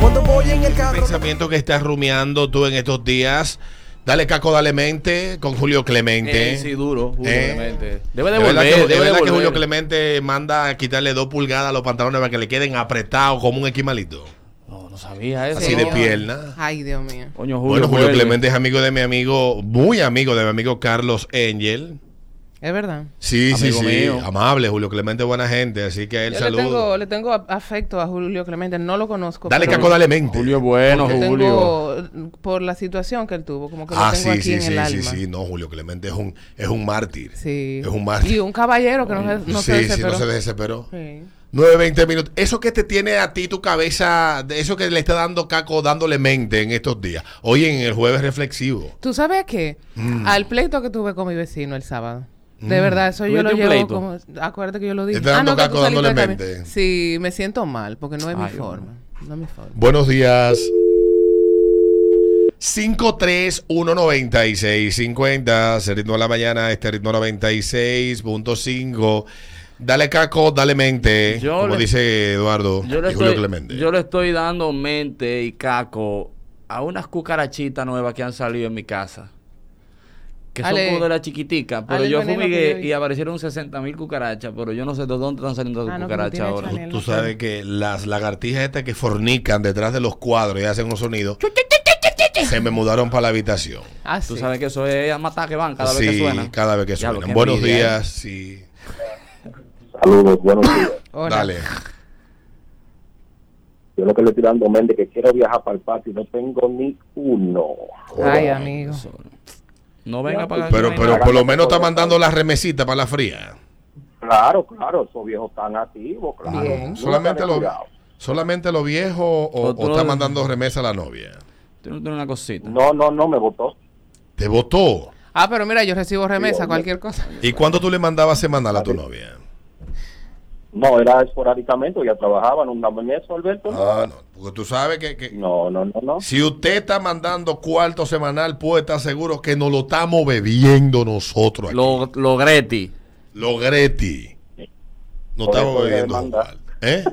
Cuando voy en el carro. Pensamiento que estás rumiando tú en estos días. Dale caco, dale mente con Julio Clemente. Eh, sí, duro. Julio Eh. Clemente. Debe de De verdad, volver. que, de debe de verdad que volver. Julio Clemente manda a quitarle dos pulgadas a los pantalones para que le queden apretados como un esquimalito. No, no sabía eso. Así ¿no? de pierna. Ay, Dios mío. Coño, Julio, Bueno, Julio vuelve. Clemente es amigo de mi amigo, muy amigo de mi amigo Carlos Angel. Es verdad. Sí, sí, Amigo sí. mío. Amable, Julio Clemente, buena gente. Así que él Yo le tengo, saludo. le tengo a- afecto a Julio Clemente, no lo conozco. Dale pero caco, dale mente. Julio es bueno, le tengo- Julio. por la situación que él tuvo, como que lo Ah, tengo sí, aquí sí, en sí, el sí, alma. sí. No, Julio Clemente es un, es un mártir. Sí. Es un mártir. Y un caballero que no, se- no sí, se sí, no desesperó. se desesperó. Sí. 9, 20 minutos. Eso que te tiene a ti tu cabeza, de eso que le está dando caco, dándole mente en estos días. Hoy en el jueves reflexivo. ¿Tú sabes qué? Mm. Al pleito que tuve con mi vecino el sábado. De verdad, eso ¿Tuviste yo lo un llevo pleito? como... Acuérdate que yo lo dije. Ah, Está Mm. dando que tú caco, saliste dándole también. mente. Sí, me siento mal, porque no es mi Ay, Dios forma. No es mi forma. Buenos días. 5319650, ese ritmo de la mañana, este ritmo 96.5. Dale caco, dale mente, Yo como le- dice Eduardo Yo le, y Julio estoy, Clemente. yo le estoy dando mente y caco a unas cucarachitas nuevas que han salido en mi casa. Que Ale. son como de las chiquiticas. Pero Ale, el yo veneno que yo fumigué vi. y aparecieron 60 mil cucarachas. Pero yo no sé de dónde están saliendo las Ah, no, como cucarachas tiene ahora. Chanel. Tú sabes que las lagartijas estas que fornican detrás de los cuadros y hacen unos sonidos, se me mudaron para la habitación. Ah, sí. Tú sabes que eso es a matar que van cada vez que Sí, suena. cada vez que Diablo, suenan. qué Buenos envidia, ¿eh? días, sí. Saludos, buenos Ah. días. Hola. Dale. Yo lo que le estoy dando mente que quiero viajar para el patio y no tengo ni uno. Ay, amigo. Eso. No venga pues, para acá. Pero, que no hay pero nada. por lo menos está mandando la remesita para la fría. Claro, claro, esos viejos están activos, claro. Bien. Uno Solamente está lo, descuidado. solamente lo viejo o, Otro- o está mandando remesa a la novia. Tú no tienes una cosita. No, no, no, me votó. Te votó. Ah, pero mira, yo recibo remesa, hombre. cualquier cosa. ¿Y cuánto tú le mandabas semanal a tu novia? No, era esporádicamente, ya trabajaba, no andaba en eso, Alberto. Ah, no. Porque tú sabes que, que No, no, no, no. si usted está mandando cuarto semanal, puede estar seguro que nos lo estamos bebiendo nosotros aquí. Lo, lo Greti. Logretti. No Por estamos eso le bebiendo. demanda. Juan. ¿Eh?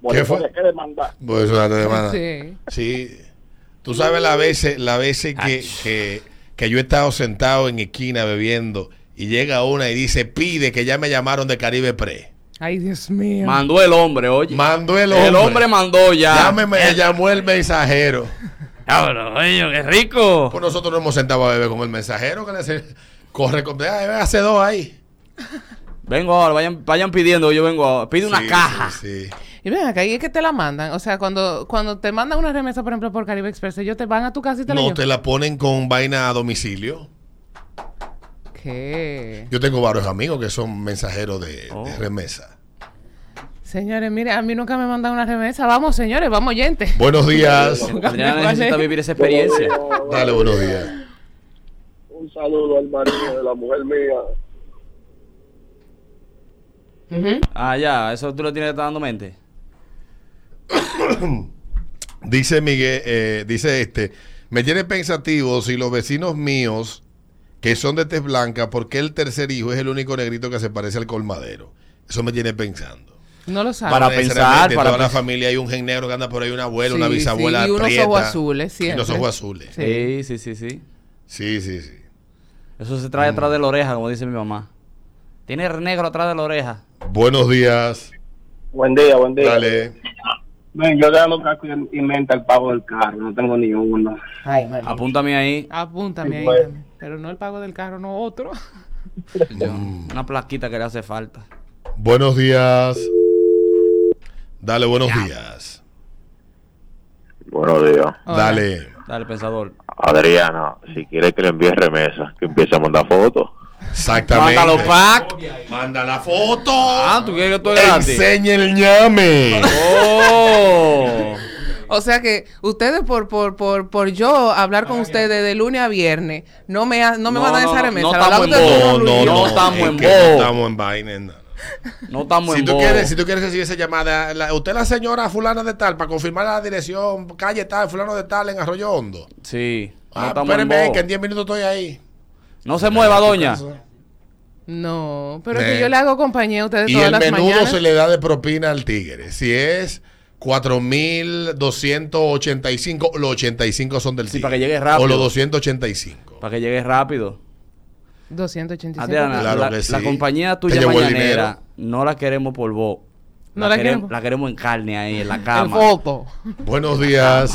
Por ¿Qué eso fue? dejé de mandar. Pues eso te demanda. Sí. Sí. Tú sabes las veces, las veces que, que, que yo he estado sentado en esquina bebiendo y llega una y dice, pide que ya me llamaron de Caribe Pre. Ay, Dios mío. Mandó el hombre, oye. Mandó el el hombre. hombre. mandó ya. Ya me, llamó el mensajero. Cabrón, oye, qué rico. Pues nosotros nos hemos sentado a beber con el mensajero que le hace, corre con, "Ah, hace dos ahí. Vengo ahora, vayan, vayan pidiendo, yo vengo ahora. Pide una Sí, caja. sí, sí. Y ven acá, y es que te la mandan. O sea, cuando, cuando te mandan una remesa, por ejemplo, por Caribe Express, ellos te van a tu casa y te la No llevan. te la ponen con vaina a domicilio. ¿Qué? Yo tengo varios amigos que son mensajeros de, de Oh. remesa. Señores, mire, a mí nunca me mandan una remesa. Vamos, señores, vamos, oyentes. Buenos días. Adriana necesita ¿Cuál es? vivir esa experiencia. Dale, buenos días. Un saludo al marido de la mujer mía. Ujú. Ah, ya, eso tú lo tienes que estar dando mente. Dice Miguel, eh, dice este, me tiene pensativo si los vecinos míos, que son de tez blanca, porque el tercer hijo es el único negrito que se parece al colmadero? Eso me tiene pensando. No lo saben. Para No necesariamente pensar, en para toda la pensar. familia hay un gen negro que anda por ahí, una abuela, Sí, una bisabuela. sí, y unos prieta, ojos azules, Y los siempre. ojos azules. Sí. Sí, sí, sí, sí. Sí, sí, sí. Eso se trae atrás de la oreja, como dice mi mamá. Tiene negro atrás de la oreja. Buenos días. Buen día, buen día. Dale. Ven, yo le dando caco y y mente al pago del carro, no tengo ni uno. Ay, man. pues. Apúntame ahí. Apúntame ahí Bueno. también. Pero no el pago del carro, no otro. Una plaquita que le hace falta. Buenos días. Dale, buenos días. Buenos días. Hola. Dale. Dale, pensador. Adriana, si quieres que le envíes remesa, que empiece a mandar fotos. Exactamente. Mándalo pack. Manda la foto. Ah, tú quieres que todo es gratis. Enseña el ñame. Oh. O sea que ustedes, por por, por, por yo hablar con ustedes de lunes a viernes, no me, ha- no me No, mandan no, esa no, remesa. no La estamos verdad, en ustedes bobo, lo no, incluyen. no estamos es en que bobo. No estamos en vaina. no, no. No estamos Si en tú, bobo. quieres, si tú quieres recibir esa llamada, la- usted es la señora fulana de tal, para confirmar la dirección, calle tal, fulano de tal, en Arroyo Hondo. Sí. No Ah, estamos en espéreme ahí, bobo. que en 10 minutos estoy ahí. No se mueva, doña. No, pero Eh. que yo le hago compañía a ustedes Y todas el las menudo mañanas. se le da de propina al tigre. Si es 4.285, los 85 son del Sí, 100. para que llegue rápido. O los 285. Para que llegue rápido. 285. Adriana, Claro la, que sí. la compañía Te tuya llevó el mañanera dinero. no la queremos por vos. No la querem- queremos. La queremos en carne ahí, en la El cama. foto. Buenos días.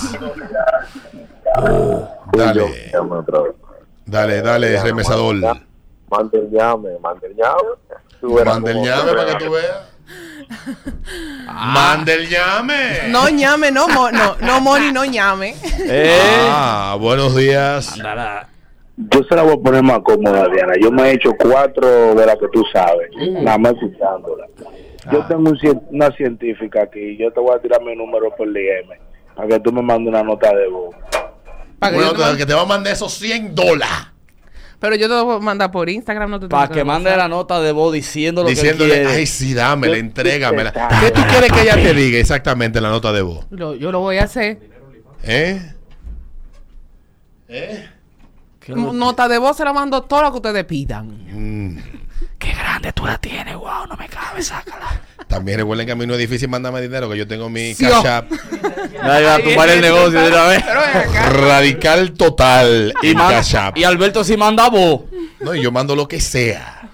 Dale, Llame otra vez. dale, dale, remesador. Mande el llame, mande el llame. Tú verás Mande el cómo- llame para que tú veas. Mande el llame. No ñame, no, mo- no, no money, no ñame. ¡Eh! Ah, buenos días. Andará. Yo se la voy a poner más cómoda, Diana. Yo me he hecho cuatro de las que tú sabes, nada más escuchándola. Yo Ah. tengo un cien- una científica aquí, yo te voy a tirar mi número por DM, para que tú me mandes una nota de voz. Pa' que Bueno, yo te mande- que te va a mandar esos 100 dólares. Pero yo te lo voy a mandar por Instagram, no te Para que mande la nota de voz diciendo lo que él Diciéndole, quiere. ay, sí, dámela, entrégamela. Yo- ¿Qué tú quieres que ella te diga exactamente en la nota de voz? Lo- yo lo voy a hacer. ¿Eh? ¿Eh? ¿Qué es lo que- Nota de voz se la mando todo lo que ustedes pidan. Mm, Qué grande tú la tienes, wow, no me cabe, sácala. También recuerden que a mí no es difícil mandarme dinero, que yo tengo mi Sí, Cash oh. App Ya iba a tumbar el negocio de una vez. Pero ven acá. radical total Y, en man- Cash App. y Alberto sí manda voz. No, y yo mando lo que sea.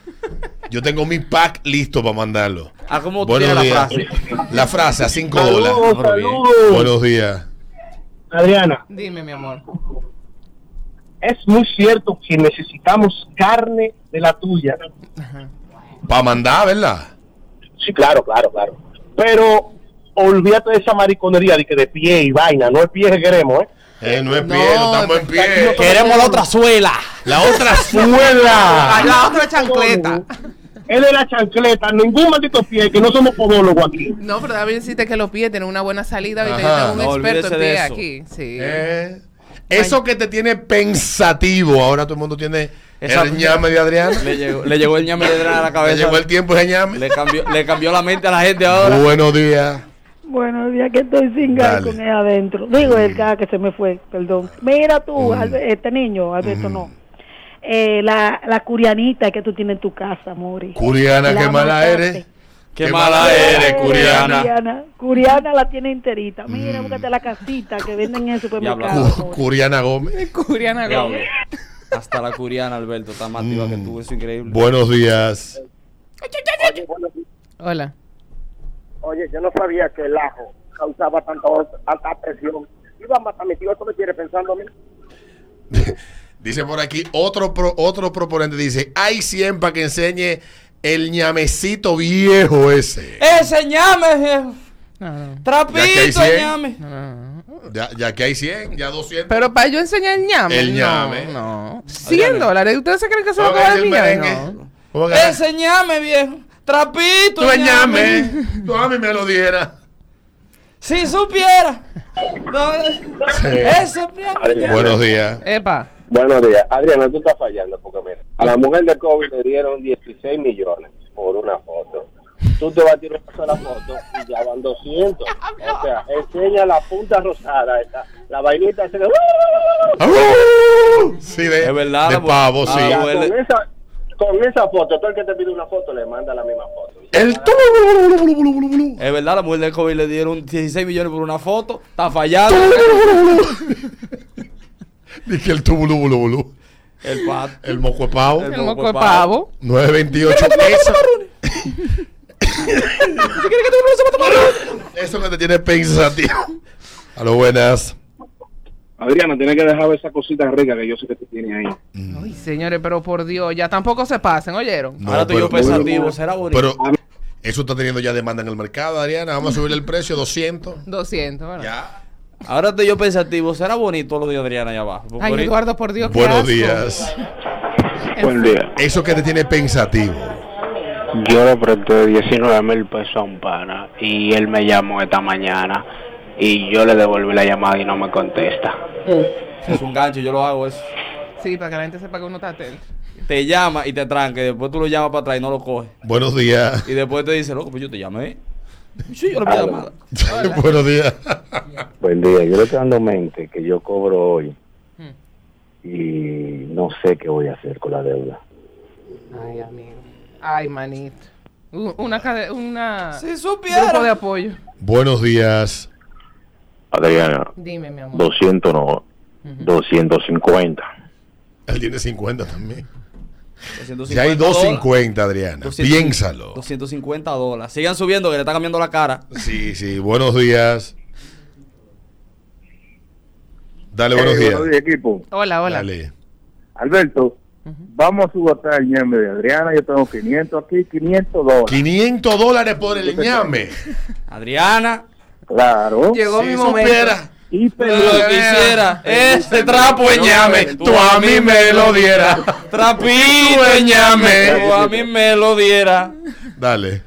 Yo tengo mi pack listo para mandarlo. Ah, ¿cómo tú Buenos tienes la días. frase? La frase a 5 dólares. pero bien. Buenos días. Adriana, Dime, mi amor. es muy cierto que necesitamos carne de la tuya. Para mandar, ¿verdad? Sí, claro, claro, claro. Pero olvídate de esa mariconería de que de pie y vaina, no es pie que queremos, ¿eh? Eh, no es No, pie, no estamos en pie. Queremos la otra suela. La otra suela. Ah, la otra chancleta. Es de la chancleta, ningún maldito pie, que no somos podólogos aquí. No, pero también decirte que los pies tienen una buena salida. ¿viste? Ajá. Yo tengo un No, experto olvídese en de pie eso. aquí. Sí. Eh, Eso que te tiene pensativo, ahora todo el mundo tiene Esa- el ñame de Adrián. Le llegó, le llegó el ñame de Adriana a la Le cabeza. llegó el tiempo ese ñame. le, cambió, le cambió la mente a la gente ahora. Buenos días. Buenos días, que estoy sin gas Dale. con él adentro. Digo, el gas que se me fue, perdón. Mira tú, Albe- este niño, Alberto no. Eh, la, la curianita que tú tienes en tu casa, Mori. Curiana, La qué mala mataste. eres. Qué, Qué mala mala Ah, eres, eres, Curiana. eh, Curiana. Curiana la tiene enterita. Mira, Mm. búscate la casita que venden en el Cu- supermercado. Diablo. Mori. Curiana Gómez. Curiana Diablo. Gómez. Hasta la Curiana, Alberto, está más activa que tú. Eso es increíble. Buenos días. Hola. Oye, yo no sabía que el ajo causaba tanta alta presión. Iba a matar a mi tío, eso me tiene pensando a mí. Dice por aquí otro pro- otro proponente dice, "Hay 100 para que enseñe el ñamecito viejo ese." ¡Ese ñame! viejo! No, no, Ya que hay ¡Trapito, cien. ñame! no, no, no. Ya, ya que hay 100, ya 200. Pero para yo enseñar el ñame. El no, ñame. No. 100 dólares. ¿Ustedes se creen que se va a ¿Cómo que cobrar dice el el millón? merengue? No. ¿Cómo que- ¡Ese ñame, viejo! ¡Trapito, Tú el ñame, tú a mí me lo diera. Si supiera. No, Ese Adriana, Buenos días. Epa. Buenos días. Adriana, tú estás fallando porque mira, a la mujer de COVID le dieron 16 millones por una foto. Tú te vas a tirar una sola foto y ya van 200. O sea, enseña la punta rosada, esa, uh, la vainita se le... Sí, de, Es verdad, de pues. pavo, sí. Ah, Ya, huele. con, esa, con esa foto, todo el que te pide una foto le manda la misma foto. El tu- Es verdad, la mujer de COVID le dieron 16 millones por una foto. Está fallando. Dije el tubulú, bulú, bulú. El pato. El moco de pavo. El El moco moco de de pavo. 928 pesos. Eso que te tiene pensativo. A lo buenas. Adriana, tienes que dejar esa cosita rica que yo sé que tú tienes ahí. Ay, señores, pero por Dios, ya tampoco se pasen, ¿oyeron? No, Ahora tú y yo pero- pensativo. Será bonito. Pero eso está teniendo ya demanda en el mercado, Adriana. Vamos a subir el precio 200. 200, ¿verdad? Ya. Ahora estoy yo pensativo. Será bonito lo de Adriana allá abajo. Ay, Bonito. Eduardo, por Dios, qué Buenos asco. días. Buen día. Eso que te tiene pensativo. Yo le presté 19 mil pesos a un pana y él me llamó esta mañana y yo le devolví la llamada y no me contesta. Es un gancho, yo lo hago eso. Sí, para que la gente sepa que uno está atento. Te llama y te tranca. Y después tú lo llamas para atrás y no lo coges. Buenos días. Y después te dice, loco, pues yo te llamé. Sí, yo lo vi Aló. llamada. Buenos días. Buen día, yo le estoy dando mente que yo cobro hoy y no sé qué voy a hacer con la deuda. Ay, amigo. Ay, manito. Un- Una, cade- una Si grupo de supiera. apoyo. Buenos días. Adriana, Dime, mi amor. 200 no, 250. Él tiene 50 también. 250 Ya hay dólares. 250, Adriana. 200 Piénsalo. 250 dólares. Sigan subiendo que le está cambiando la cara. Sí, sí. Buenos días. Dale, buenos Hey, días. Eh, buenos días, equipo. Hola, hola. Dale. Alberto, vamos a subastar el ñeme de Adriana. Yo tengo 500 aquí, 500 dólares. 500 dólares por el ñame. Adriana, Claro. Llegó mi Si momento. supiera. Y lo peleé. que quisiera. eh, Este trapo de ñame, Tú a mí me lo dieras. Trapito de de ñame, ñame. tú a mí me lo diera. Dale.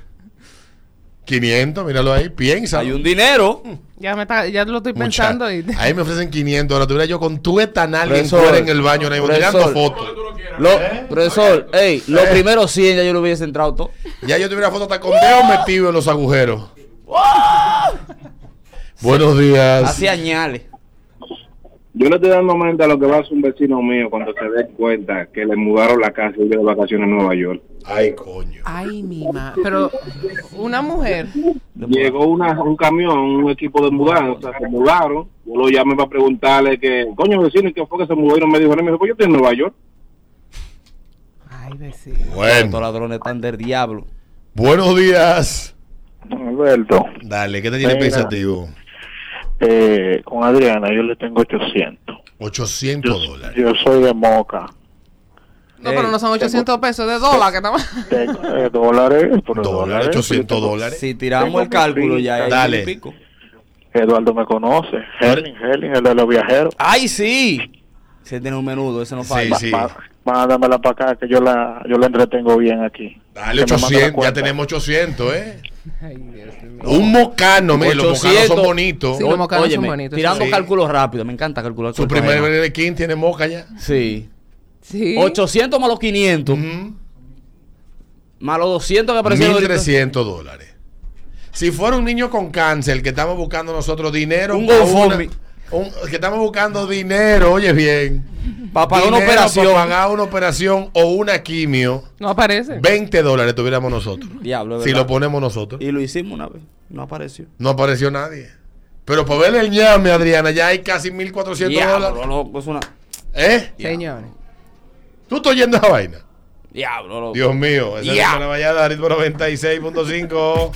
500, míralo ahí. Piensa. Hay un dinero. Ya, me está, ya lo estoy pensando. Y... Ahí me ofrecen 500. Ahora tuviera yo con tu etanal alguien Profesor, fuera en el baño. ahora mismo, profesor. Tirando fotos. Lo, Eh, Profesor, ey, los primeros 100 ya yo lo hubiese entrado todo. Ya yo tuviera foto hasta con dedos metido en los agujeros. Buenos días. Así añale. Yo le estoy dando mente a lo que va a hacer un vecino mío cuando se dé cuenta que le mudaron la casa y yo de vacaciones a Nueva York. Ay, coño. Ay, mi madre. Pero una mujer. Llegó una, un camión, un equipo de mudanza, se mudaron. Yo lo llamé para preguntarle que, coño vecino, ¿y qué fue que se mudó? Y no me dijo, no, me dijo, pues yo estoy en Nueva York. Ay, vecino. Estos Bueno. ladrones están del diablo. Buenos días. Alberto, Dale, ¿qué te tiene Mira. pensativo? Eh, con Adriana yo le tengo 800. 800 Yo, dólares. yo soy de Moca. No, pero no son 800 pesos de dólar que estamos. Tengo, eh, dólares, por Dólares, 800 yo dólares. Si tiramos el cálculo ya es Eh. Dale. un pico. tengo- Eduardo me conoce. Herling, Herling, el de los viajeros. ¡Ay, sí! Se tiene un menudo, ese no falla. Sí. Ma- Mándamela para acá que yo la, yo la entretengo bien aquí. Dale, Que me mande la 800. Ya cuenta. tenemos 800, ¿eh? Ay, Dios mío. Un mocano, mire, los mocanos 800. son bonitos. Sí, los mocanos son Óyeme, bonitos, tirando sí. cálculos rápido, me encanta calcular. Su cosas además. primer skin tiene moca ya. Sí. Sí. 800 más los 500, Ujú. más los 200 que aparecieron ahorita. 1300 dólares. Si fuera un niño con cáncer que estamos buscando nosotros dinero, Un pa' GoFundMe. un- que estamos buscando dinero, oye bien. Para pagar una Dinero pa' operación. pagar una operación o una quimio, No aparece. 20 dólares tuviéramos nosotros. Diablo, es Si verdad. lo ponemos nosotros. Y lo hicimos una vez, no apareció. No apareció nadie. Pero por verle el ñame, Adriana, ya hay casi 1400 Diablo, dólares. loco, es una... ¿Eh? Señores. ¿Tú estás oyendo esa vaina? Diablo, loco. Dios mío, esa es Ya. la vallada, ritmo 96.5.